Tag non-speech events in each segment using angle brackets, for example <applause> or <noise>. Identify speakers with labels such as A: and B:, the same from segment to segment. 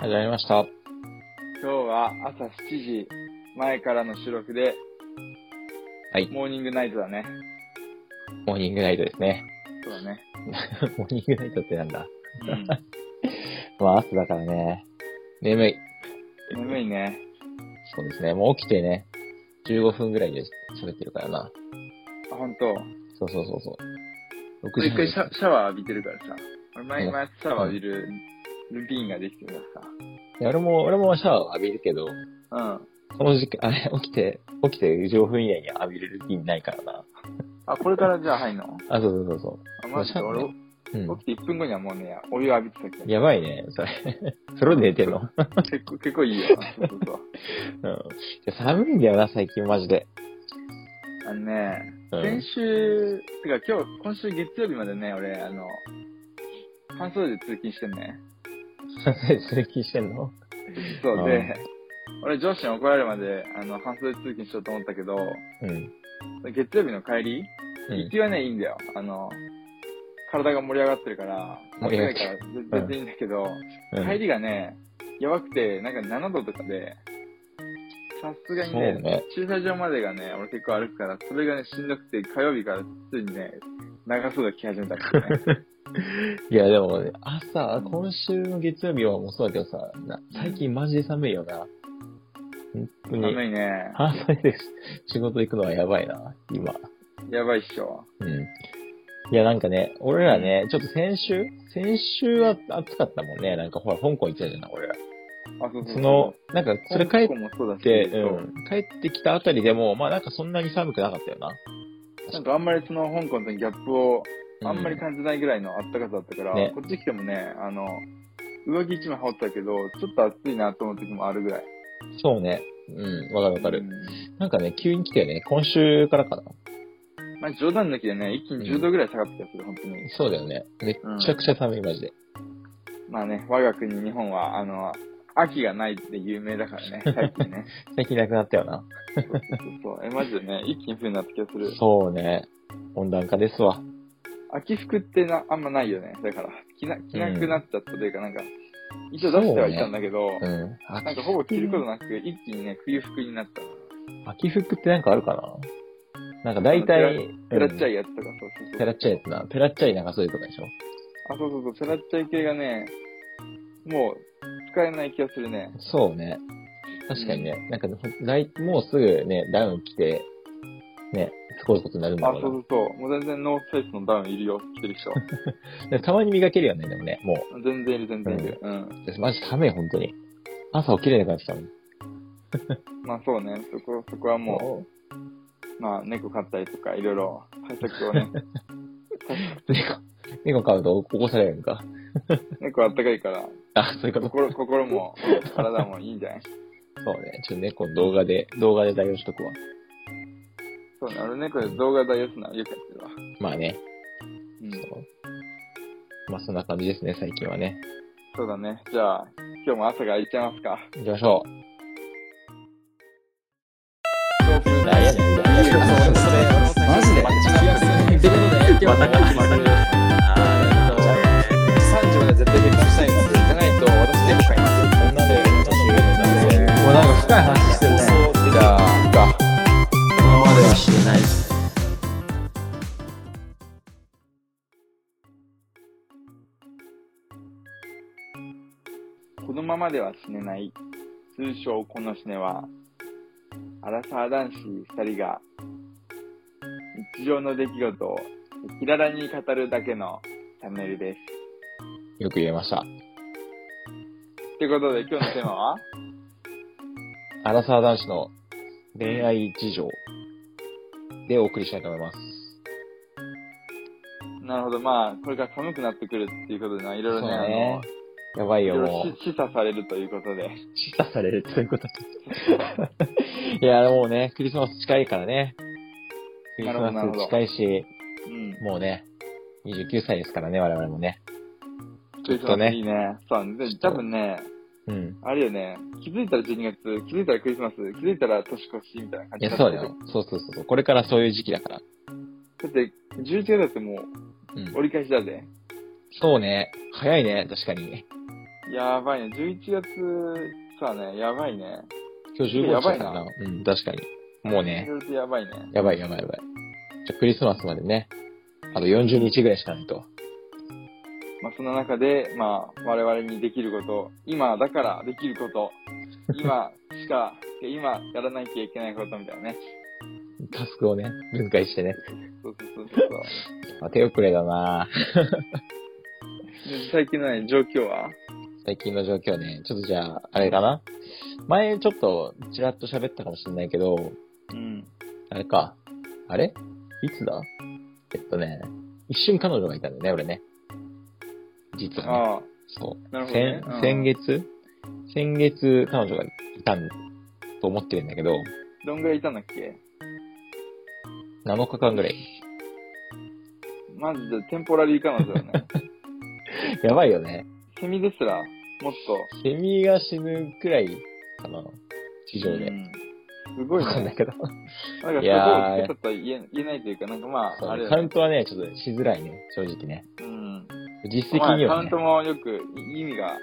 A: 始まりました。
B: 今日は朝7時前からの収録で、
A: はい
B: モーニングナイトだね。
A: モーニングナイトですね。 <laughs>
B: そうだね。
A: モーニングナイトってなんだまあ、朝だからね。眠い。
B: うん、眠いね。
A: そうですね。もう起きてね、15分ぐらいで喋ってるからな。
B: あ、ほんと。
A: そうそうそうそう。
B: 俺一回シ
A: 半
B: ャシャワー浴びてるからさ。俺毎毎朝シャワー浴びるルーティーンができてるか
A: いや俺も、俺もシャワーを浴びるけど、
B: らさ。
A: この時間、あれ、起きて、起きて15分以内に浴びれる意味ないからな。
B: うん。あ、これからじゃあ入んの
A: あ、そうそうそうそ
B: あ、マジで
A: そう
B: 俺、
A: う。うん
B: 起。きて1分後にはもうね、お湯浴びてたけど。
A: やばいね、それ。 <laughs> それで寝てるの。うん。
B: 結構、結構いいよ。そうそうそう。
A: いや寒いんだよな、最近マジで。
B: あのね、
A: う
B: 先
A: ん。
B: 週、てか今日、今週月曜日までね、俺、あの、半袖で通勤してんね。
A: <laughs> 通勤してんの
B: そう
A: う
B: で
A: ん、
B: 俺上司に怒られるまで、あの、半袖通勤しようと思ったけど、
A: うん。
B: 月曜日の帰り、行
A: う
B: きはね、いいんだよ。あの、体が盛り上がってるから、
A: 盛り上がっ
B: 暑いから全全然いいんだけど、
A: ん。
B: 帰りがね、やばくて、なんか7度とかで、さすがに
A: そう
B: ね
A: ね
B: 駐車場までがね、俺結構歩くから、それがね、しんどくて、火曜日からついにね、長袖着始めたから
A: <laughs>
B: ね。
A: いや、でも、朝、今週の月曜日はもうそうだけどさ、な最近マジで寒いよな。本当に。
B: 寒いね。
A: 半袖で仕事行くのはやばいな、今。
B: やばいっしょ。
A: うん。いや、なんかね、俺らね、ちょっと先週先週は暑かったもんね。なんかほら、香港行ってたじゃない、俺ら。
B: あ、そうそうそう
A: その、、なんか、それ帰
B: 香
A: っ
B: 港もそうだし、
A: て、。
B: そううん
A: 帰ってきたあたりでも、まあなんかそんなに寒くなかったよな。
B: なんかあんまりその香港とのギャップをあんまり
A: か
B: 感じないぐらいの暖かさだったから、
A: ね
B: こっち来てもね、あの、上着一枚羽織ってたけど、ちょっと暑いなと思う時もあるぐらい。
A: そうね。うん、わかるわか
B: う
A: る。
B: ん
A: なんかね、急に来たよね。今週からかな。
B: まあ冗談抜きでね、一気に10度ぐらい下がってきたけど、本当に。
A: そうだよね。めっちゃくちゃ寒い、マジで。
B: まあね、我が国日本は、あの、秋がないって有名だ
A: <laughs>
B: からね、最近ね。
A: 最近なくなったよな。
B: そうそうそうそう。え、マジでね、一気に冬になった気がする。
A: そうね。温暖化ですわ。
B: 秋服ってな、あんまないよね。だから、着な、着なくなっちゃったというか、なんか、一応出してはいたんだけど、
A: うん。
B: なん
A: 秋
B: かほぼ着ることなく、一気にね、冬服になった。
A: 秋服ってなんかあるかななんか大体、
B: ペラッチャ
A: イ。
B: イやつとか、そうそうそう。
A: ペラッチャイやつな。ペラッチャイ長袖とかでしょ
B: あ、そうそうそう、ペラッチャイ系がね、もう、使えない気がするね。
A: そうね。確かにね。なんかほん来、もうすぐね、ダウン着て、ね、すごいことになるんだ
B: あ、
A: ろ
B: そうう
A: な
B: そうそう。もう全然ノースフェイスのダウンいるよ、着てる
A: <laughs>
B: 人。
A: でたまに磨けるよね、でもね。も
B: 全然いる、全然いる。うん。
A: う。マジ寒い、本当に。朝起きれなくなってたもん。
B: まあそうね、そこ、そこはも
A: も
B: う、まあ猫飼ったりとか、いろいろ対策をね。
A: <laughs> う。猫、猫飼うと起こされるんか。
B: 猫あったかいから、
A: あ、そういうこと。
B: 心、心も、体もいいんじゃない
A: そうね。ちょっと猫の動画で、動画で代用しとくわ。
B: そうね、俺猫で動画代用するのはよくやってるわ。
A: まあね。
B: うん。
A: まあそんな感じですね、最近はね。
B: そうだね。じゃあ、今日も朝から行っちゃいますか。
A: 行きましょう。
B: マジで
A: またか。またか。
B: 3時まで絶対結婚したいんですじゃないと私猫飼います。
A: もうなんか深い話してるね。
B: じゃあ、行くか。
C: 今まではしてないです。
B: このままでは死ねない。通称この死ねは、アラサー男子二人が、日常の出来事を赤裸々に語るだけのチャンネルです。
A: よく言えました。
B: ということで今日のテーマ
A: <laughs>
B: は
A: アラサー男子の恋愛事情でお送りしたいと思います。
B: なるほど、まあ、これから寒くなってくるっていうことでな、いろいろね、
A: そう
B: あ
A: ね
B: の、
A: やばい
B: い
A: よ、
B: ろい
A: もう
B: ろ。し示唆されるということで。
A: 示唆されるということでいや、もうね、クリスマス近いからね。クリ
B: な
A: スマ
B: るほどなるほ
A: ス
B: ど
A: 近いし、
B: うん。
A: もうね、29歳ですからね、我々もね。
B: クリスマスいいね。そう、で多分ね、
A: うん。
B: あれよね、気づいたら12月、気づいたらクリスマス、気づいたら年越しみたいな感
A: い
B: じに
A: や、
B: な
A: そう
B: ってくる
A: だよ。そうそうそうそう。これからそういう時期だから。
B: だって、11月だっても
A: うん
B: う。折り返しだぜ。
A: そうね。早いね、確かに。
B: やばいね。11月さね、やばいね。
A: 今日15日だからな。
B: やば
A: うん、確かに。もうね、
B: 11月やばいね。
A: やばいやばいやばい。じゃあクリスマスまでね、あと40日ぐらいしかないと。
B: まあ、その中で、まあ、我々にできること、今だからできること、今しか、今やらなきゃいけないことみたいなね。
A: タスクをね、分解してね。
B: そうそうそうそう。
A: あ手遅れだなぁ
B: で最近のね、状況は
A: 最近の状況ね。ちょっとじゃあ、あれかな前ちょっとちらっと喋ったかもしれないけど、
B: うん。
A: あれか。あれいつだえっとね、一瞬彼女がいたんだよね、俺ね。実はね。
B: ああ、
A: そう。
B: なるほどね
A: 先
B: うん
A: 先月先月彼女がいたんと思ってるんだけど、
B: どんぐらいいたんだっけ
A: 7日間ぐらい。
B: マジでテンポラリー彼女だよ
A: <laughs>
B: ね。
A: やばいよね。
B: セミですら、もっと。
A: セミが死ぬくらいかな。地上で
B: う。んすごい
A: わかんな
B: ね
A: い。けど。
B: なんか、
A: い
B: すごい
A: やー
B: 大きかったとは言え言えないというか、なんかま
A: そう
B: あ、あれ
A: カ
B: だ
A: ウン
B: ね。
A: トはね、ちょっとしづらいね、正直ね。
B: うん。
A: 実績
B: まあ、
A: に
B: カ
A: は
B: ウ
A: ね
B: ント。もよく意味が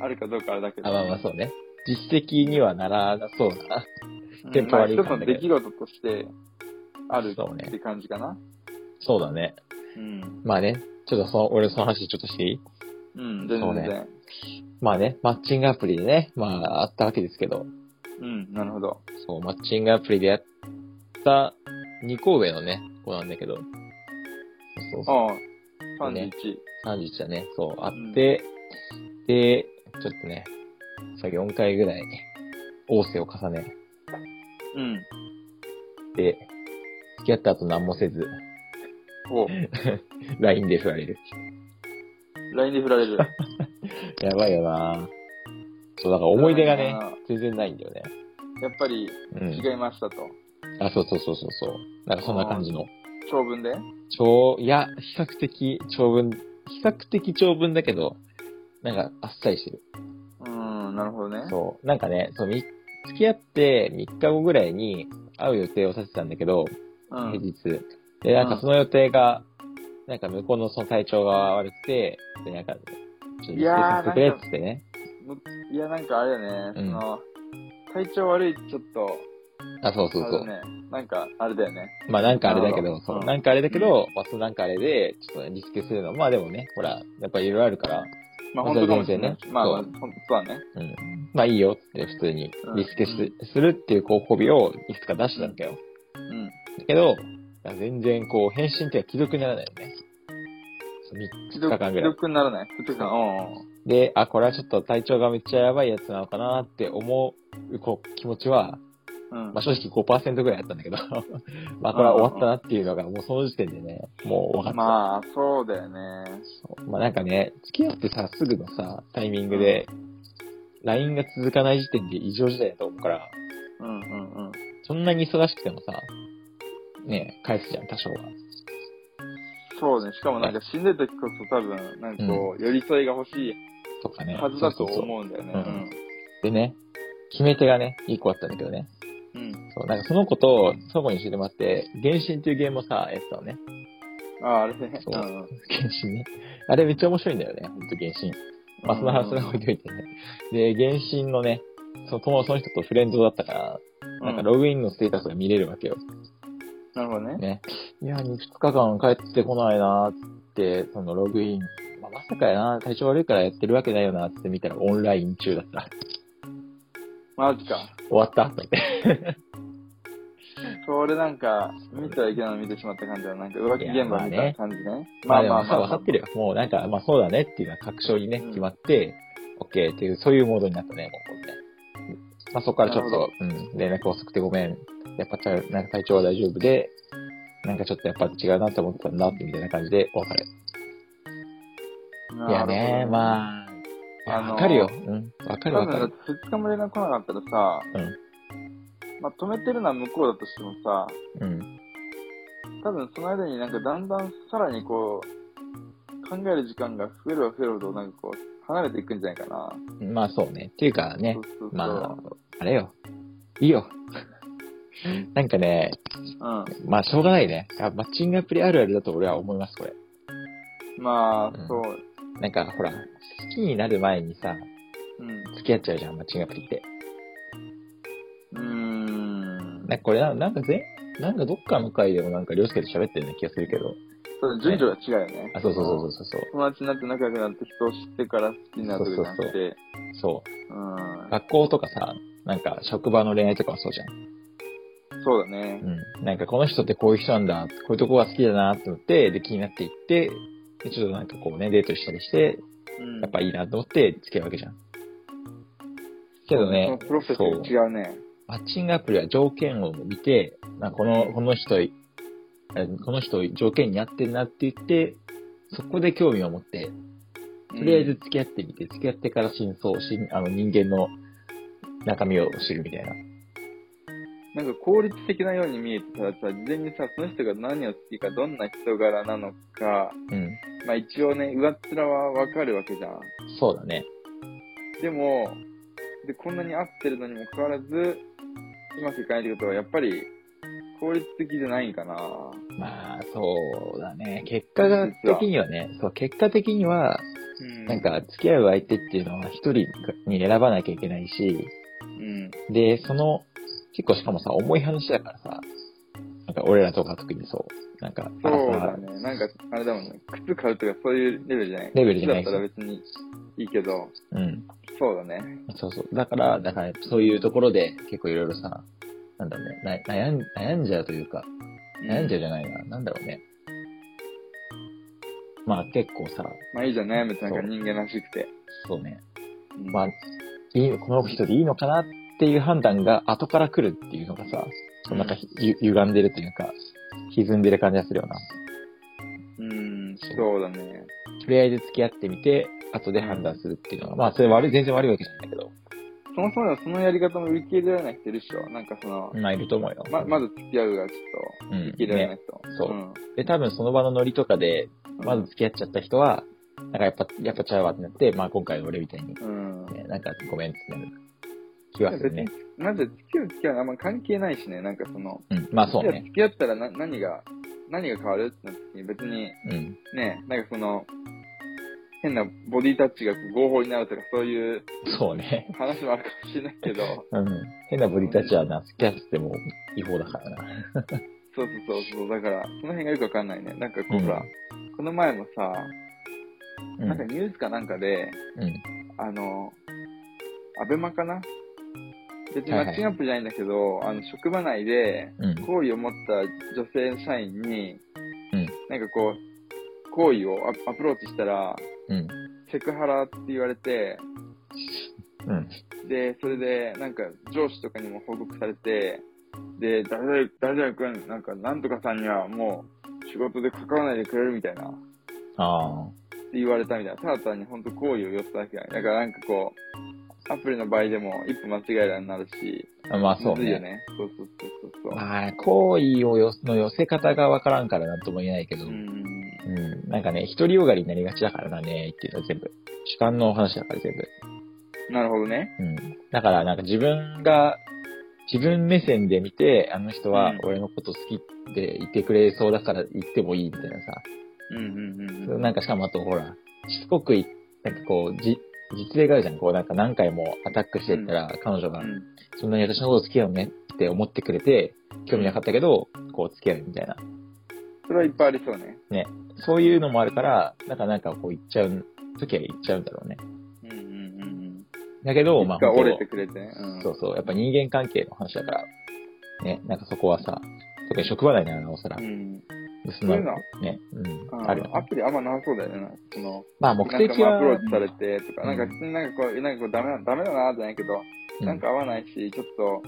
B: あるかどうかあれだけど。
A: あ、まあまあそうね。実績にはならなそうな。
B: うん
A: テンポラリー
B: まあ一つの
A: 感だけ
B: 出
A: ど
B: 来事としてある
A: そうね
B: って感じかな。
A: そうだね。
B: うん。
A: まあね。ちょっとその、俺その話ちょっとしていい
B: うん、全然
A: そうね
B: 全然。
A: まあね、マッチングアプリでね、まああったわけですけど、
B: うん、なるほど。
A: そう、マッチングアプリでやった2個上のね、子なんだけど、そうそう、
B: ああ、31
A: ね。31だね、そう、あって、で、ちょっとね、さ4回ぐらい、仰せを重ね
B: うん。
A: て、付き合った後何もせず、
B: お
A: LINE で振られる。 <laughs>
B: LINE で振られる。
A: やばいよなそう、だから思い出がね
B: あ、
A: 全然ないんだよね。
B: やっぱり
A: うん。
B: 違いましたと。
A: あ、そうそうそうそうそう。なんかそんな感じの。
B: 長文で
A: 長、いや、比較的長文、比較的長文だけど、なんかあっさりしてる。
B: うん、なるほどね。
A: そう。なんかね、そう、み付き合って3日後ぐらいに会う予定をさせてたんだけど、
B: う
A: 平
B: ん。
A: 日。で、なん
B: う
A: か
B: ん
A: その予定が、なんか向こうのその体調が悪くて、で、なんか、ちょっと日
B: いやー
A: 程させてくれっつってね。
B: いや、なんかあれだね、
A: うん
B: その、体調悪い、ちょっと、
A: あ、そうそうそう
B: あれ。だね、なんかあれだよね。
A: まあなんかあれだけ
B: なる
A: ど、
B: ほど
A: そうう、
B: ん
A: なんかあれだけど、まあそうなんかあれで、ちょっとリスケするの。まあでもね、ほら、やっぱいろいろあるから、
B: まあ
A: ま
B: 本
A: あ
B: 当かもしれない
A: 全。然ね
B: まあ、
A: そ
B: ま
A: う
B: あほんそうだね。
A: うん。まあいいよって普通に
B: うん
A: リスケす,、するっていう候補日をいくつか出してたんだよ。
B: うん。
A: だけど、いや全然こう、返信っていうのは既読にならないよね。そう
B: 既読
A: 3日
B: 既
A: 間ぐらい。
B: 読にならない。既読感、うんうん。
A: で、あ、これはちょっと体調がめっちゃやばいやつなのかなって思うこう気持ちは、
B: うん
A: まあ正直5%ぐらいあったんだけど、 <laughs> まあこれは終わったなっていうのがもうその時点でね、もう分かった。
B: まあ、そうだよね。
A: そうまあなんかね、付き合ってさ、すぐのさ、タイミングで、LINE が続かない時点で異常事態だと思うから、
B: うんうんうん。
A: そんなに忙しくてもさ、ねえ、返すじゃん、多少は。
B: そうね。しかもなんか死んでる時こそ多分、なんかこう、寄り添いが欲しい
A: とかね。
B: はずだと
A: そうそうそ
B: 思うんだよね。
A: うんうでね、決め手がね、いい子だったんだけどね。
B: うん。うん。
A: そう、なんかその子と、その子に教えてもらって、原神っていうゲームをさ、やってたのね。
B: ああ、あれね。
A: そう
B: うん
A: 原神ね。あれめっちゃ面白いんだよね、ほんと原神。まあその話は置いといてね。で、原神のね、その友その人とフレンドだったから、
B: う
A: なんか
B: ん
A: ログインのステータスが見れるわけよ。
B: なるほどね。
A: ね。いや、2日間帰ってこないなーって、そのログイン、まあ、まさかやな、体調悪いからやってるわけないよなって見たらオンライン中だった。
B: マジか。
A: 終わったと思って。
B: それなんか、見てはいけないの見てしまった感じは、なんか浮気現場みたいな感じね。
A: まあでもさ、分かってるよ。もうなんか、まあそうだねっていうのは確証にね、
B: うん
A: 決まって、OK っていう、そういうモードになったね、もうこれね。まあそこからちょ
B: なる
A: っと、うん、連絡遅くてごめん。やっぱちゃう、なんか体調は大丈夫で、なんかちょっとやっぱ違うなって思ってたんだってみたいな感じでお別れ。いやね、
B: あ。
A: まあ、いや
B: あのー
A: わかるよ。うん、わか
B: 多
A: るわ
B: 分
A: か
B: だ
A: る
B: って。2日も連絡来なかったらさ、まあ止めてるのは向こうだとしてもさ、
A: うん。
B: 多分その間になんかだんだんさらにこう、考える時間が増えれば増えるほど、なんかこう、離れていくんじゃないかな。
A: まあそうね。っていうかね
B: そう、そうそう
A: まあ、あれよ。いいよ。なんかね、
B: うん。
A: まあしょうがないね。あマッチングアプリあるあるだと俺は思います、これ。
B: ま
A: うん
B: あ、そう
A: なんかほら、好きになる前にさ、
B: うん。
A: 付き合っちゃうじゃん、マッチングアプリって。
B: うーん。
A: なんかこれな、なんかぜ、なんかどっかの回でもなんか、りょうすけと喋ってるような気がするけど。
B: そう順序が違うよね。
A: あ、そうそうそうそうそう。
B: 友達になって仲良くなって人を知ってから好きになるとかじゃなくて、
A: そうう。
B: ん。
A: 学校とかさ、なんか職場の恋愛とかもそうじゃん。
B: そうだね。
A: うん。なんかこの人ってこういう人なんだ、こういうとこが好きだなって思って、で気になっていって、でちょっとなんかこうね、デートしたりして、
B: うん。
A: やっぱいいなと思って付き合うわけじゃん。けど
B: その
A: ね、
B: プロセスが
A: そう。
B: 違うね。
A: マッチングアプリは条件を見て、まあ、この、この人、えこの人条件に合ってるなって言って、そこで興味を持って、とりあえず付き合ってみて、付き合ってから真相、しあの人間の中身を知るみたいな。
B: なんか効率的なように見えてたらさ、事前にさ、その人が何を好きか、どんな人柄なのか、
A: うん。
B: まあ一応ね、上っ面はわかるわけじゃん。
A: そうだね。
B: でも、で、こんなに合ってるのにもかかわらず、うまくいかないってことは、やっぱり、効率的じゃないんかな。
A: まあ、そうだね。結果が的にはね、そう、結果的には、
B: うん
A: なん、か、付き合う相手っていうのは一人に選ばなきゃいけないし、
B: うん。
A: で、その、結構しかもさ、重い話だからさ、なんか俺らとか特にそう、なんか、
B: そ
A: あ
B: う
A: さ
B: だね。なんか、あれだもんね。靴買うとか、そういうレベルじゃない。
A: レベルじゃない
B: 靴だったら別にいいけど、
A: うん。
B: そうだね。
A: そうそう。だから、だから、そういうところで結構いろいろさ、なんだろうね、な悩ん悩んじゃうというか、悩んじゃうじゃないな、なんだろうね。まあ結構さ、
B: まあいいじゃん、悩むってなんか
A: そう
B: 人間らしくて。
A: そうね、
B: うん
A: まあ、いい、この人でいいのかなっていう判断が後から来るっていうのがさ、なんかひゆ歪んでるというか、歪んでる感じがするよな。
B: うん、そうだね。
A: とりあえず付き合ってみて、後で判断するっていうのが、まあ、それ悪い、全然悪いわけじゃないんだけど、
B: そもそもそのやり方も受け入れられない人いるっしょ。なんかその、
A: まあ、いると思うよ。
B: ま、まず付き合うがちょっ
A: う
B: と、
A: ん、
B: 受け入れられない
A: ね。
B: 人。
A: そうんで、多分その場のノリとかで、まず付き合っちゃった人は、なんかやっぱ、やっぱちゃうわってなって、まあ、今回俺みたいに、
B: うん。
A: ね、なんかごめんってなる気はするね。
B: まず付き合う付き合うのあんま関係ないしね、なんかその、
A: うん、まあそうね。
B: 付き合ったらな何が、何が変わるってなった時に別に
A: うん。
B: ね、なんかその、変なボディタッチがこう合法になるとかそういう
A: そうね。
B: 話もあるかもしれない
A: <laughs>
B: けど、
A: うん。変なブリたちはな、付き合ってても違法だからな。
B: そうそうそうそう、だからその辺がよくわかんないね。なんかこう
A: うん
B: ほら、この前もさ、
A: う
B: なんか
A: ん。
B: ニュースかなんかで、
A: うん。
B: あの、アベマかな別に
A: は
B: マ
A: いはい
B: ッチングアップじゃないんだけど、あの、職場内で、
A: うん。
B: 好意を持った女性の社員に、
A: うん
B: なんかこう、好意をアアプローチしたら、
A: うん。
B: セクハラって言われて、
A: うん。
B: で、それで、なんか上司とかにも報告されて、で、誰々、誰々くん、なんか、なんとかさんにはもう、仕事で関わらないでくれるみたいな、って
A: ああ。
B: 言われたみたいな。ただ単に本当好意を寄せただけだね。だからなんかこう、アプリの場合でも一歩間違えらになるし、
A: まあそう
B: むずいよ
A: ね。
B: ね。そうそうそうそうそう。
A: まあ、好意をよの寄せ方がわからんからなんとも言えないけど、
B: う
A: うん、
B: ん。
A: なんかね、独りよがりになりがちだからなね、っていうのは全部。主観の話だから全部。
B: なるほどね。
A: うん。だから、なんか自分が、自分目線で見て、あの人は
B: うん
A: 俺のこと好きって言ってくれそうだから言ってもいいみたいなさ。
B: うんうんうん
A: そ
B: うん。
A: うなんかしかもあとほら、しつこくい、なんかこう、じ、実例があるじゃん。こうなんか何回もアタックしてったら、彼女が、
B: うん
A: そんなに私のこと好きよねって思ってくれて、興味なかったけど、こう付き合うみたいな。
B: それはいっぱいありそうね。
A: そういうのもあるから、なんかなんかこう言っちゃう、時は言っちゃうんだろうね。
B: うんうんうん
A: だけ
B: う
A: ど、
B: ん。
A: ま
B: が
A: あ本
B: 折れて
A: 当、
B: くれてね。うん。
A: そうそう、やっぱ人間関係の話だから、ね、なんかそこはさ、特に職場内ならなおさら、
B: うん。
A: そん
B: そ
A: な
B: ういうのは
A: ね、うん、
B: あ
A: あるよ
B: ア
A: ね。
B: プリあんまなさそうだよね。なんかその、
A: まあ目的は、
B: なんかもうアプローチされてとか、
A: うん
B: なんか普通になんかこう、なんかこうダメな、ダメだなじゃないけど、
A: うん
B: なんか合わないし、ちょっと、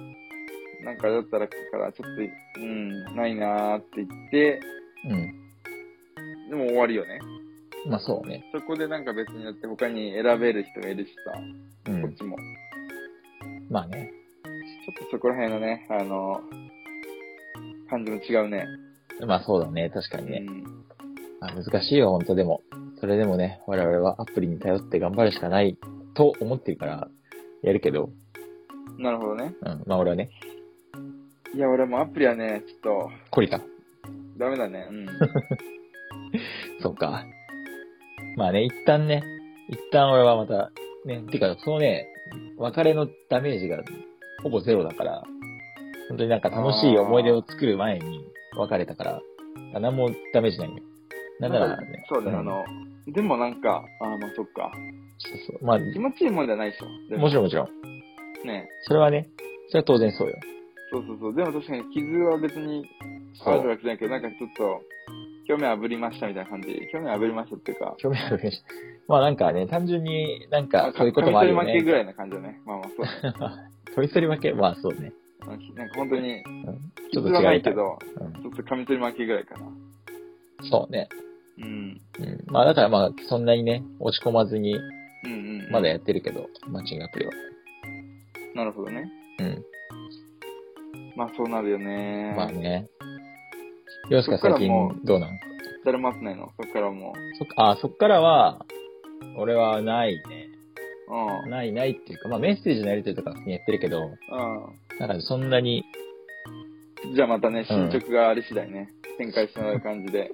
B: なんかだったら、からちょっと、うん、ないなーって言って、
A: うん。
B: でも終わるよね。
A: まあそうね。
B: そこでなんか別になって他に選べる人がいるしさ、
A: う
B: こっ
A: ん。
B: ちも。
A: まあね。
B: ちょっとそこら辺のね、あの、感じも違うね。
A: まあそうだね。確かにね。
B: うん
A: まあ、難しいよ、本当でも。それでもね、我々はアプリに頼って頑張るしかないと思ってるから、やるけど、
B: なるほどね。
A: うん、まあ俺はね、
B: いや、俺もアプリはね、ちょっと、
A: 懲りた。 <laughs>
B: ダメだね。うん。
A: そうか。まあね、一旦ね、一旦俺はまた、ね、てか、そのね、別れのダメージがほぼゼロだから、本当になんか楽しい思い出を作る前に別れたから、何もダメージないよ。なんならね。
B: そうだよ、あ
A: ん
B: の、でもなんか、ああ、まあそっか。
A: そうそう。ま
B: 気
A: あ、
B: 持ちいいもんじゃないでしょ。で
A: もちろんもちろん。
B: ね。
A: それはね、それは当然そうよ。
B: そうそうそう。でも確かに傷は別に
A: そ
B: ある
A: う。
B: わけじゃないけど、なんかちょっと、興味あぶりましたみたいな感じ。興味あぶりましたっていうか、
A: 興味あるけど。 <laughs> まあなんかね、単純になん
B: まあ
A: かそういうこともあるよ
B: カミソリ負けぐ
A: ね。
B: らいな感じだね。まあまあ
A: <laughs>
B: そう。
A: 取り取り負けまあそうね。
B: なんか本当に、
A: ちょっ
B: 傷
A: と
B: はな
A: 違
B: いう
A: け
B: け
A: ど。
B: ど、
A: うん
B: ちょっとカミソリ負けぐらいかな。
A: そうね。
B: うん。
A: うん。まあだからまあそんなにね、落ち込まずに
B: うんうんうん。
A: まだやってるけど、マッチングアプリは。
B: なるほどね。
A: うん。
B: まあそうなるよね。
A: まあね。よしか
B: そっ
A: 最
B: から
A: 近
B: もう
A: どうなの
B: 誰も会ってないのそっからも
A: そっか、あ、そっからは、俺はないね。
B: う。うん。
A: ないないっていうか、まあメッセージのやりとりとか普通にやってるけど、
B: う
A: なんかそんなに、
B: ん。じゃあまたね、
A: うん
B: 進捗があり次第ね、展開してもらう感じで。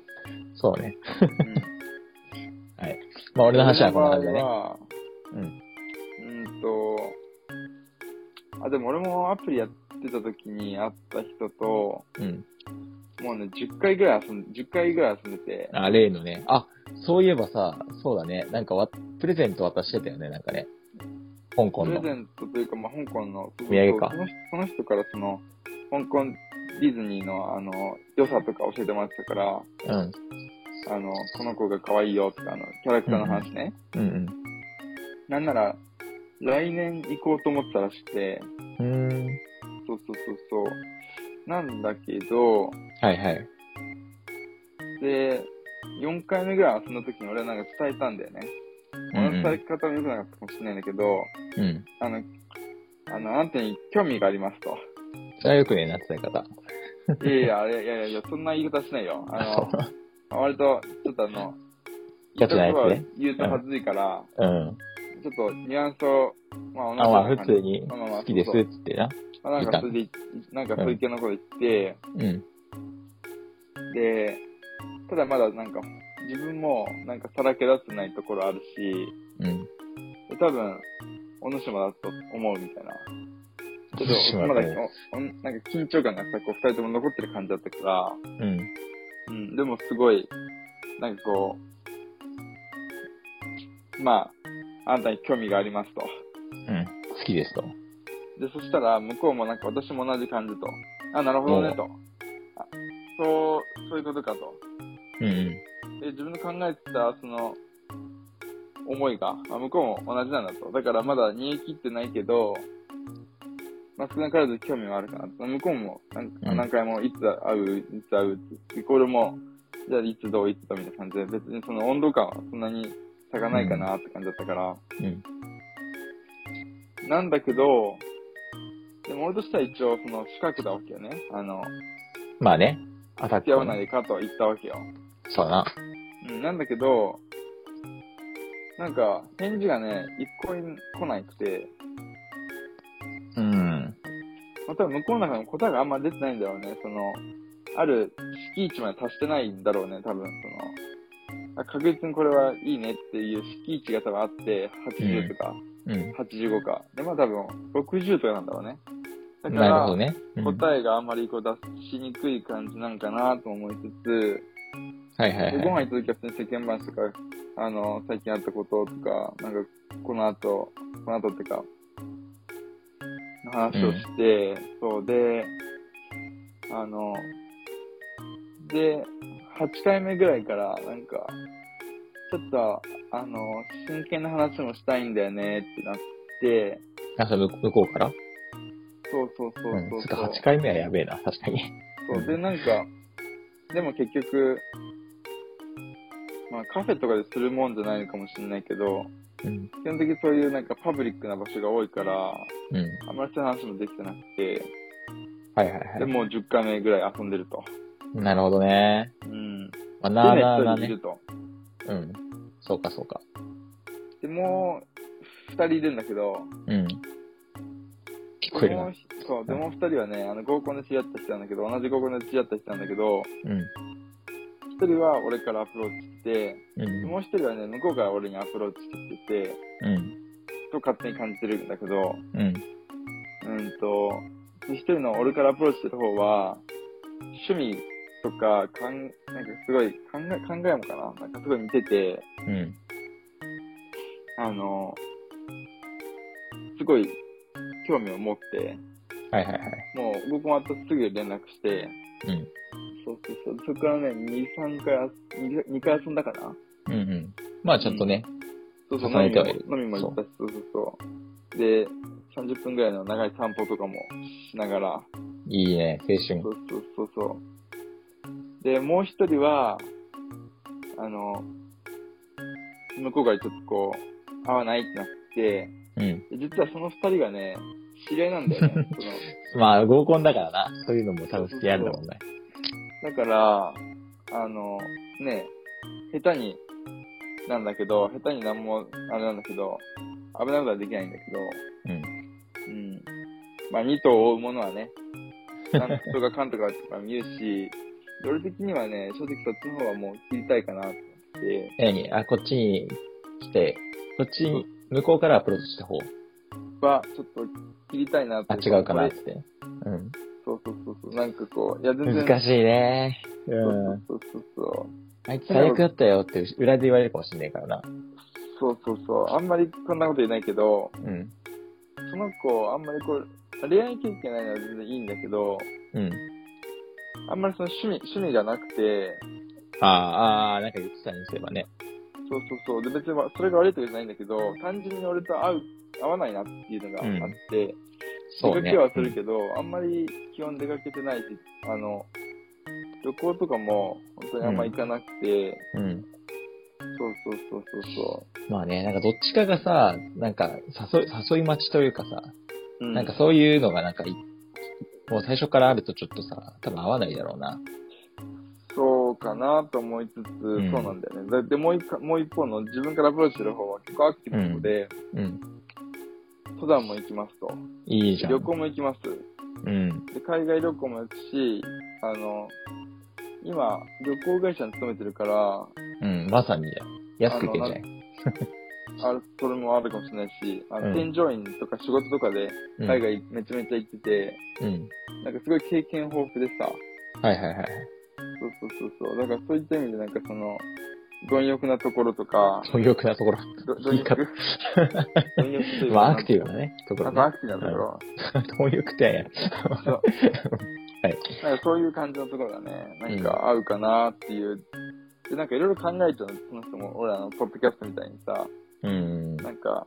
A: そうね。
B: うん。
A: まあ俺の話はこんな感じだ
B: 俺の
A: ね。
B: 場合は
A: うん。
B: うんと、あ、でも俺もアプリやってた時に会った人と、も
A: うん。
B: うね、10回ぐらい遊ん10回ぐらい遊んでて、
A: あ、例のね。あ、そういえばさ、そうだね。なんかわ、プレゼント渡してたよね、なんかね。香港
B: プレ
A: の。
B: ゼントというか、まあ、香港の、そう
A: 土産か
B: その人その人からその、香港ディズニーのあの、良さとか教えてもらってたから、
A: うん。
B: あの、この子が可愛いよとか、あの、キャラクターの話ね。
A: うん
B: なんなら、来年行こうと思ってたらしくて、
A: うん。うーん。
B: そうそうそうそう。なんだけど、
A: はいはい。
B: で、4回目ぐらい遊んだ時に俺はなんか伝えたんだよね。
A: うん
B: 俺
A: うん
B: の伝え方も良くなかったかもしれないんだけど、
A: うん。
B: あの、あの、あんたに興味があります
A: <laughs>
B: と。
A: それはよくね、なってた方。
B: いやいや、あれいやいやいや、そんな言い方しないよ。あ
A: そ <laughs>
B: の、割と、ちょっとあの、
A: キャッチなやつね
B: 言うとこは言うと恥ずいから、
A: う。うん。
B: ちょっとニュアンスを、まあ、同
A: あ、まあ
B: ような
A: 普
B: 感
A: 通
B: じ
A: に
B: まあまあまあ
A: 好きですっつってな。
B: まあなんかそれで、なんかそういう系のこと言って、
A: うん。
B: で、ただまだなんか、自分もなんかさらけ出せないところあるし、
A: うん。
B: で多分、お主もだと思うみたいな。ちょっと、まだ、おおなんか緊張感がさ、こう、二人とも残ってる感じだったから、
A: うん。
B: うん、でもすごい、なんかこう、まあ、あんたに興味がありますと。
A: うん。好きですと。
B: で、そしたら、向こうもなんか私も同じ感じと。あ、なるほどね、と。あ、そう、そういうことかと。
A: うんうん。
B: で、自分の考えてた、その、思いが、まあ、向こうも同じなんだと。だからまだ煮え切ってないけど、まあ、少なからず興味はあるかなと。向こうもなんか、
A: うん
B: 何回もいつ会う、いつ会うって、イコールも、じゃあいつどう、いつだみたいな感じで、別にその温度感はそんなに差がないかなって感じだったから。
A: うん
B: なんだけど、でも俺としては一応、その、資格だわけよね。あの、
A: まあね。アタッ
B: 付
A: ク
B: き合
A: を
B: わない
A: ね。
B: でかとは言ったわけよ。
A: そうだな。
B: うん、なんだけど、なんか、返事がね、一向に来ないくて、
A: うん。
B: まあ、多分向こうの中の答えがあんま出てないんだろうね。その、ある敷地まで達してないんだろうね、多分。その、あ確実にこれはいいねっていう敷地が多分あって、80とか、
A: うん。
B: 85か。で、まあ多分、60とかなんだろうね。だか
A: なるほ
B: ら、
A: どね。うんはい
B: 答えがあんまりこう出しにくい感じなんかなと思いつつ、
A: はいは
B: でご
A: い。
B: 飯行った時は普通に世間話とか、あの、最近あったこととか、なんか、この後、この後ってか、の話をして、そうで、あの、で、8回目ぐらいから、なんか、ちょっと、あの、真剣な話もしたいんだよねってなって、
A: あ、それ向こうから。
B: そうそうそううんそう
A: つう
B: そ
A: か
B: う、
A: 8回目はやべえな、確かに。
B: そう、で、なんか、でも結局、まあカフェとかでするもんじゃないのかもしれないけど、
A: うん。
B: 基本的にそういうなんかパブリックな場所が多いから、
A: うん。
B: あんまりそういう話もできてなくて、
A: はいはい
B: で、
A: は
B: もう10回目ぐらい遊んでると。
A: い。なるほどね。
B: うん。で
A: まあ、なあなあなあ
B: ね、一人い
A: ね
B: る。と。
A: うん。そうかそうか。
B: で、もう、2人いるんだけど、
A: うん。聞こえる
B: も
A: な
B: う。ひそう、でも2人はね、あの、合コンで知り合った人なんだけど、同じ合コンで知り合った人なんだけど、
A: うん。
B: 1一人は俺からアプローチして、
A: うん。
B: もう一人はね、向こうから俺にアプローチしてきてて、
A: うん。
B: と勝手に感じてるんだけど、
A: うん。
B: うんと、一人の俺からアプローチしてる方は、趣味とか、かん、なんかすごい考え、考えもかななんかすごい似てて、
A: うん。
B: あの、すごい興味を持って、
A: はいはいはい。
B: もう僕もあとすぐ連絡して、
A: うん。
B: そうそうそう、そこからね、2、3回あ、2, 回遊んだかな
A: うんうん。まあちゃんとね。
B: そうそう、
A: 重
B: 飲み
A: ねて
B: も
A: はいる
B: 飲みも行ったし、そうそうそう。で、30分ぐらいの長い散歩とかもしながら、
A: いいね、青
B: そ
A: 春。
B: うそうそうそう。で、もう一人は、あの、向こうからちょっとこう、合わないってなって、
A: うん。
B: で実はその二人がね、知り合いなんだよね。その
A: まあ合コンだからな。そういうのも多分好きあるんだもんね。
B: だから、あの、ね、下手に、なんだけど、下手になんも、あれなんだけど、危ないことはできないんだけど、
A: うん。
B: うん。まあ、二頭を追うものはね、なんとかかんとかとか見るし、俺的にはね、正直そっちの方はもう切りたいかなと思って、
A: 何あ、こっちに来て、こっちに、向こうからアプローチした方。
B: は、ちょっと切りたいなと
A: あ、違うかなっ
B: これ
A: て。うん。
B: そうそうそうそう、なんかこう、いや、全然。
A: 難しいね。。
B: そううんそうそうそう。
A: あいつ最悪だったよって裏で言われるかもしれないからな。
B: そうそうそう。あんまりこんなこと言えないけど、
A: うん。
B: その子、あんまりこう、恋愛経験ないのは全然いいんだけど、
A: うん。
B: あんまりその趣味、趣味がなくて、
A: ああ、ああ、なんか言ってたにすればね。
B: そうそうそう。で、別にまそれが悪いとかじゃないんだけど、単純に俺と合う、合わないなっていうのがあって、
A: そう
B: 出か
A: ね。
B: けはするけど、あんまり基本出かけてないし、あの、旅行とかも本当にあんま行かなくて、
A: うんうん。
B: そうそうそうそうそ
A: まあね、なんかどっちかがさ、なんか誘い、誘い待ちというかさ、
B: う。う
A: なんかそういうのがなんかい、もう最初からあるとちょっとさ、多分合わないだろうな。
B: そうかなと思いつつ、
A: ん
B: そうなんだよね。だってもう一かもう一方の自分からアプローチする方は結構アクティブなので、
A: うん。
B: 登山も行きますと。
A: いいじゃん。
B: 旅行も行きます。
A: うん。
B: で、海外旅行も行くし、あの、今、旅行会社に勤めてるから、
A: うん、まさにだよ。安くいけんじゃん。
B: あそれもあるかもしれないし、あの、
A: うん
B: 添乗員とか仕事とかで
A: うん
B: 海外めちゃめちゃ行ってて、
A: うん。
B: なんかすごい経験豊富でさ、
A: はいはいはい。
B: そうそうそうそう、だからそういった意味でなんかその、貪欲なところとか、
A: 貪欲なところ。
B: ど貪
A: 言い
B: 欲
A: 方
B: 貪欲というか
A: まあアクティブなね、とこ
B: な
A: ろ
B: んか
A: ね
B: ア。クティブなところ。
A: 貪欲ってやや。
B: なんかそういう感じのところがね、なんか合うかなっていう。で、なんかいろいろ考えちゃうの、その人も、俺らのポッドキャストみたいにさ、
A: うん。
B: なんか、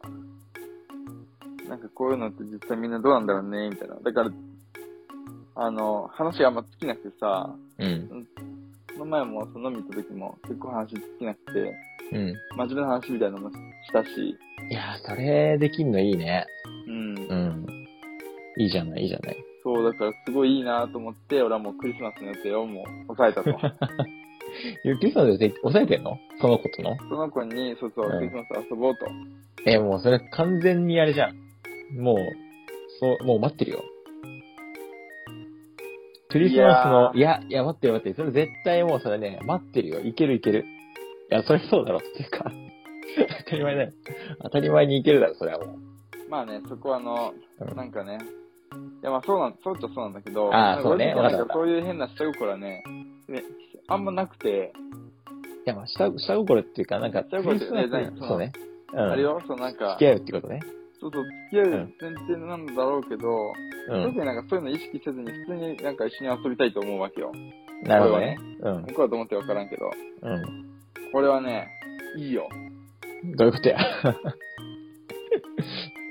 B: なんかこういうのって実際みんなどうなんだろうね、みたいな。だから、あの、話があんま尽きなくてさ、
A: うん。
B: この前もその飲み行った時も結構話尽きなくて、
A: うん。
B: 真面目な話みたいなのもしたし、
A: いやー、それできんのいいね。
B: うん。
A: うん。いいじゃない、いいじゃない。 <laughs>
B: そう、だからすごいいいなと思って、俺はもうクリスマスの予定をもう抑えたと。
A: <laughs> ゆきさんの予定抑えてんのそのことの
B: その子に、そうそう、
A: うん
B: クリスマス遊ぼうと。
A: え、もうそれ完全にあれじゃん。もう、そう、もう待ってるよ。クリスマスの、い
B: い
A: や、いや、待ってる待ってる。それ絶対もうそれね、待ってるよ。いけるいける。いや、それそうだろっていうか。 <laughs> 当たり前だよ。当たり前にいけるだろ、それはも
B: まあね、そこはあの
A: う、ん
B: なんかね、いやまあそうなん、そうっちゃそうなんだけど、
A: あーそう
B: な
A: ね
B: んか
A: わか
B: なん
A: った
B: かそういう変な下心はね、ねあんまなくて、
A: う。いや、まあ、下、下心っていうか、なんか、
B: 下心って
A: クリスマス
B: デザイン
A: そうね。う
B: あれ
A: ん。
B: よ、そうなんか
A: 付、き合うってことね。
B: そうそう、付き合う前提なんだろうけど、
A: う
B: 特
A: ん。
B: になんかそういうの意識せずに、普通になんか一緒に遊びたいと思うわけよ。
A: なるほどね。うん。
B: 僕はどう思ってわからんけど、
A: うん。
B: これはね、いいよ。
A: どういうことや。 <laughs>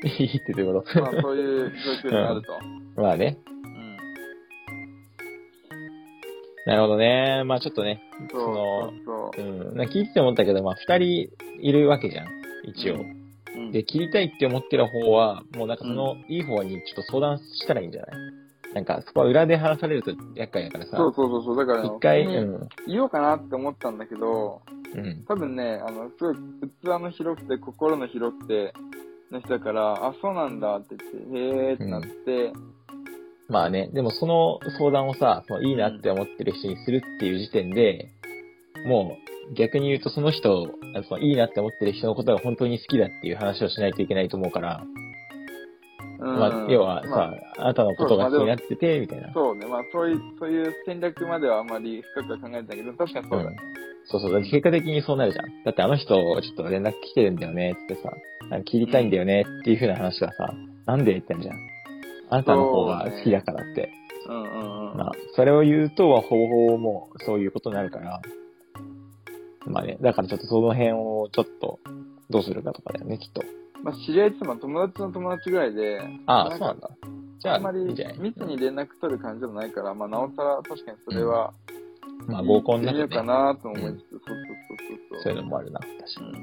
A: いいってどういうこ <laughs>
B: まあそういう状況になると。
A: とまあね。
B: うん。
A: なるほどね。まあちょっとね、
B: そう
A: その、
B: そううん
A: なんか聞いてて思ったけど、まあ二人いるわけじゃん、一応。
B: そう。うん
A: で、切りたいって思ってる方は、もうなんかその、いい方にちょっと相談したらいいんじゃないなんか、そこは裏で話されると厄介だからさ、
B: そうそうそうそう、だから、
A: 一回、う
B: 本当に
A: ん、
B: 言おうかなって思ったんだけど、
A: うん、
B: 多分ね、あの、すごい器の広くて、心の広くて、の人だから、あ、そうなんだって言って、へーってなって、
A: まあね、でもその相談をさ、そのいいなって思ってる人にするっていう時点で、もう逆に言うとその人を、あそのいいなって思ってる人のことが本当に好きだっていう話をしないといけないと思うから、
B: うん
A: まあ、要はさ、
B: まあ
A: あ、なたのことが気になってて、みたいな。
B: そうね、まあそういう、そういう戦略まではあまり深くは考えてないけど、確かにそうだね。
A: そうそう。だって結果的にそうなるじゃん。だってあの人、ちょっと連絡来てるんだよね、ってさ、なんか切りたいんだよね、っていう風な話がさ、なんで言ってんじゃん。あなたの方が好きだからって。
B: うんうんうん。
A: まあ、それを言うとは、ほぼほぼもうそういうことになるから。まあね、だからちょっとその辺をちょっと、どうするかとかだよね、きっと。
B: まあ知り合いって言っても友達の友達ぐらいで、
A: ああ、
B: なん
A: そう
B: か
A: なんだ。じゃ
B: あんま
A: あ、
B: り
A: いいんじゃない
B: 密に連絡取る感じでもないから、まあなおさら確かにそれは、
A: まあ、合コン
B: に
A: の
B: な
A: 中
B: る
A: で、
B: か
A: ね、
B: なと思いつつ、そう
A: そ
B: そうそ
A: いうう
B: う
A: のもあるな、確
B: そ
A: か
B: う。
A: に。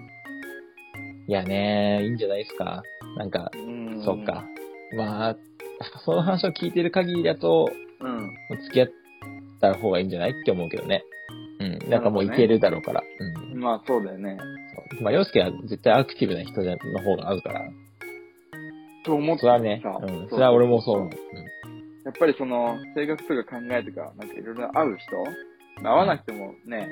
A: いやねいいんじゃないですか。なんか、
B: うん。うん
A: そっか。。まあ、その話を聞いてる限りだと、
B: うん。
A: 付き合った方がいいんじゃないって思うけどね。うん。なんかもうい
B: なるほどね
A: けるだろうから。うん。
B: まあそうだよね。
A: そうまあ、洋介は絶対アクティブな人の方が合うから。
B: と思って
A: それはね、うん。それは俺もそう思う。
B: やっぱりその、性格とか考えとか、なんかいろいろ合う人、まあ合わなくてもね、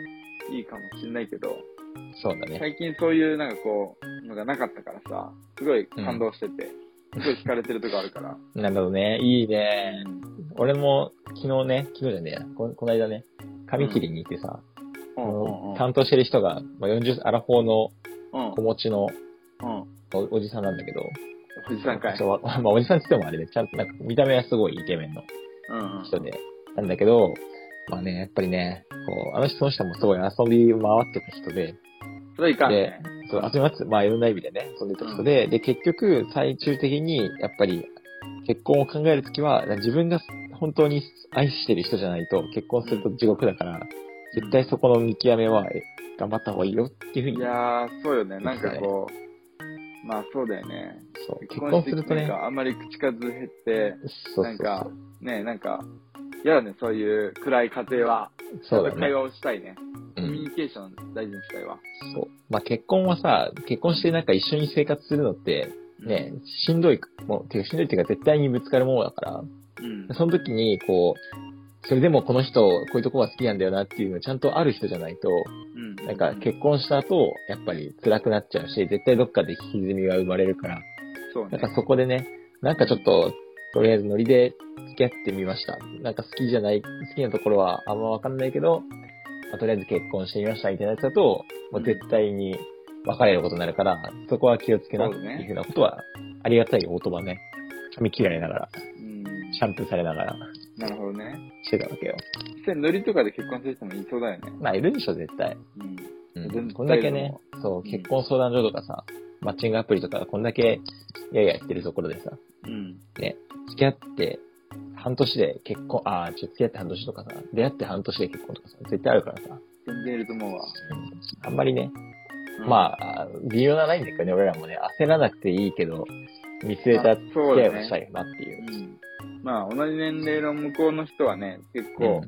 B: いいかもしれないけど、
A: うん。そうだね。
B: 最近そういうなんかこう、のがなかったからさ、すごい感動してて、すごい惹かれてるとこある
A: <laughs>
B: から。
A: なるほどね。いいね。俺も昨日ね、昨日じゃねえやこ、この間ね、髪切りに行ってさ、
B: う
A: あ
B: んうんう
A: の
B: ん。
A: 担当してる人が、まあ、40、アラフォーの
B: うん
A: 子持ち
B: う
A: の
B: ん。
A: おおじさんなんだけど、
B: 富士山会。
A: そうわまあ、おじさんって言ってもあれで、ちゃんとなんか見た目はすごいイケメンの
B: うんうん。
A: 人で、なんだけど、まあね、やっぱりね、こう、あの人、その人もすごい遊び回ってた人で、
B: それいかんね。
A: そう遊び回って、まあいろんな意味でね、遊んでた人で、で、結局、最終的に、やっぱり、結婚を考えるときは、自分が本当に愛してる人じゃないと、結婚すると地獄だから、絶対そこの見極めは、え頑張った方がいいよっていうふう
B: い
A: に、
B: やー、そうよね。なんかこう、まあそうだよね。
A: そう、結婚すると
B: 結婚してきてなん
A: ね、
B: かあんまり口数減って、
A: そうそ
B: な
A: うんそ
B: か
A: う。、
B: ね、なんか、嫌だね、そういう暗い家庭は。
A: そうだ
B: ちゃんと会
A: ね。
B: 話をしたいね。コ
A: う
B: ミュ
A: ん
B: ニケーション大事にしたいわ。
A: そう。まあ結婚はさ、結婚してなんか一緒に生活するのって、ね、しんどい、もう、てかしんどいっていうか絶対にぶつかるものだから、
B: うん。
A: その時に、こう、それでもこの人、こういうとこが好きなんだよなっていうのがちゃんとある人じゃないと、
B: うん。
A: なんか結婚した後、やっぱり辛くなっちゃうし、絶対どっかで歪みが生まれるから、
B: そうね
A: なん。かそこでね、なんかちょっと、とりあえずノリで付き合ってみました。なんか好きじゃない、好きなところはあんまわかんないけど、まあとりあえず結婚してみましたみたいなやつだと、もう絶対に別れることになるから、そこは気をつけなって
B: そうね
A: いうふうなことは、ありがたい言葉ね。髪切られながら、
B: うん。
A: シャンプーされながら
B: なるほどね。
A: してたわけよ。
B: 実際ノリとかで結婚する人もいそうだよね。
A: まあ、いるでしょ、絶対。
B: うん。
A: う
B: 全
A: ん、
B: 然
A: こんだけね、そう、結婚相談所とかさ、マッチングアプリとか、こんだけ、やややってるところでさ、
B: うん。
A: 付き合って、半年で結婚、ああ、ちょ付き合って半年とかさ、出会って半年で結婚とかさ、絶対あるからさ、
B: 全然いると思うわ。
A: あんまりね、まあ、あ微妙なラインだけどね、俺らもね、焦らなくていいけど、見据えた付き
B: そう
A: 合い
B: だ
A: を
B: ね
A: したいよなっていう
B: う。ん。まあ、同じ年齢の向こうの人はね、結
A: う
B: 構
A: ん、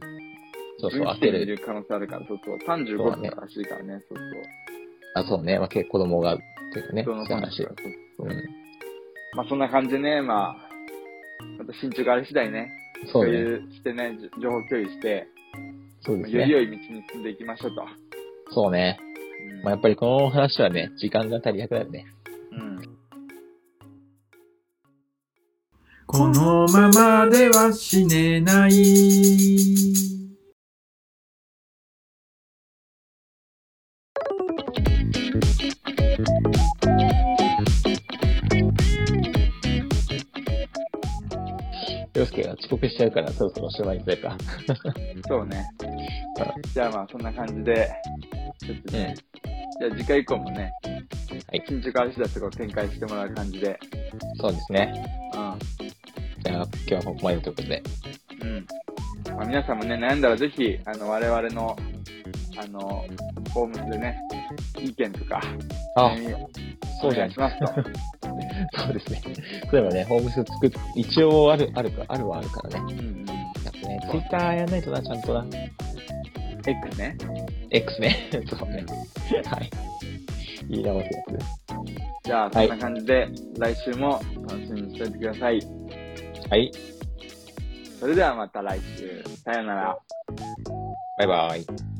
A: そうそう、
B: 分
A: 焦
B: 岐点にい
A: る。
B: る可能性あるから、そうそう。35歳らしいからね、そう
A: あ、そうね、まあ、結構子供が、っていうね、
B: そう。
A: そ
B: 人
A: うい
B: のパン
A: う話。うん。
B: まあ、そんな感じでね、まあ、また身長があれ次第ね、
A: そう
B: 共
A: ね。
B: 有してね、じ情報共有して、
A: そうです
B: よ
A: ね
B: り。良い道に進んでいきましょうと。
A: そうね。
B: うん
A: まあ、やっぱりこの話はね、時間が足りなくなるね。
B: うん。
C: このままでは死ねない。
A: 洋介が遅刻しちゃうから、そろそろおしまいにするか。
B: そうね。じゃあまあ、そんな感じで、ちょっとね、じゃあ次回以降もね、
A: はい
B: 緊張からしだとかを展開してもらう感じで、
A: そうですね。
B: う
A: じゃあ、今日はここまでということで。
B: ん。うん。まあ、皆さんもね、悩んだらぜひ、あの、我々の、あの、ホームズでね、意見とか、
A: あ、
B: み
A: そうじゃ
B: お願
A: ん
B: いしますと。
A: そうですね。例えばね、ホームス作っ、一応ある、あるか、あるはあるからね。
B: うんうん。
A: なんかね、ツイッターやんないとな、ちゃんとな。
B: X ね。
A: X ね。 <laughs> そうね。はい。言い直すや
B: じゃあ、そ
A: は
B: ん
A: い
B: な感じで、来週も楽しみにしておいてください。
A: つ。はい。
B: それではまた来週。さよなら。
A: バイバイ。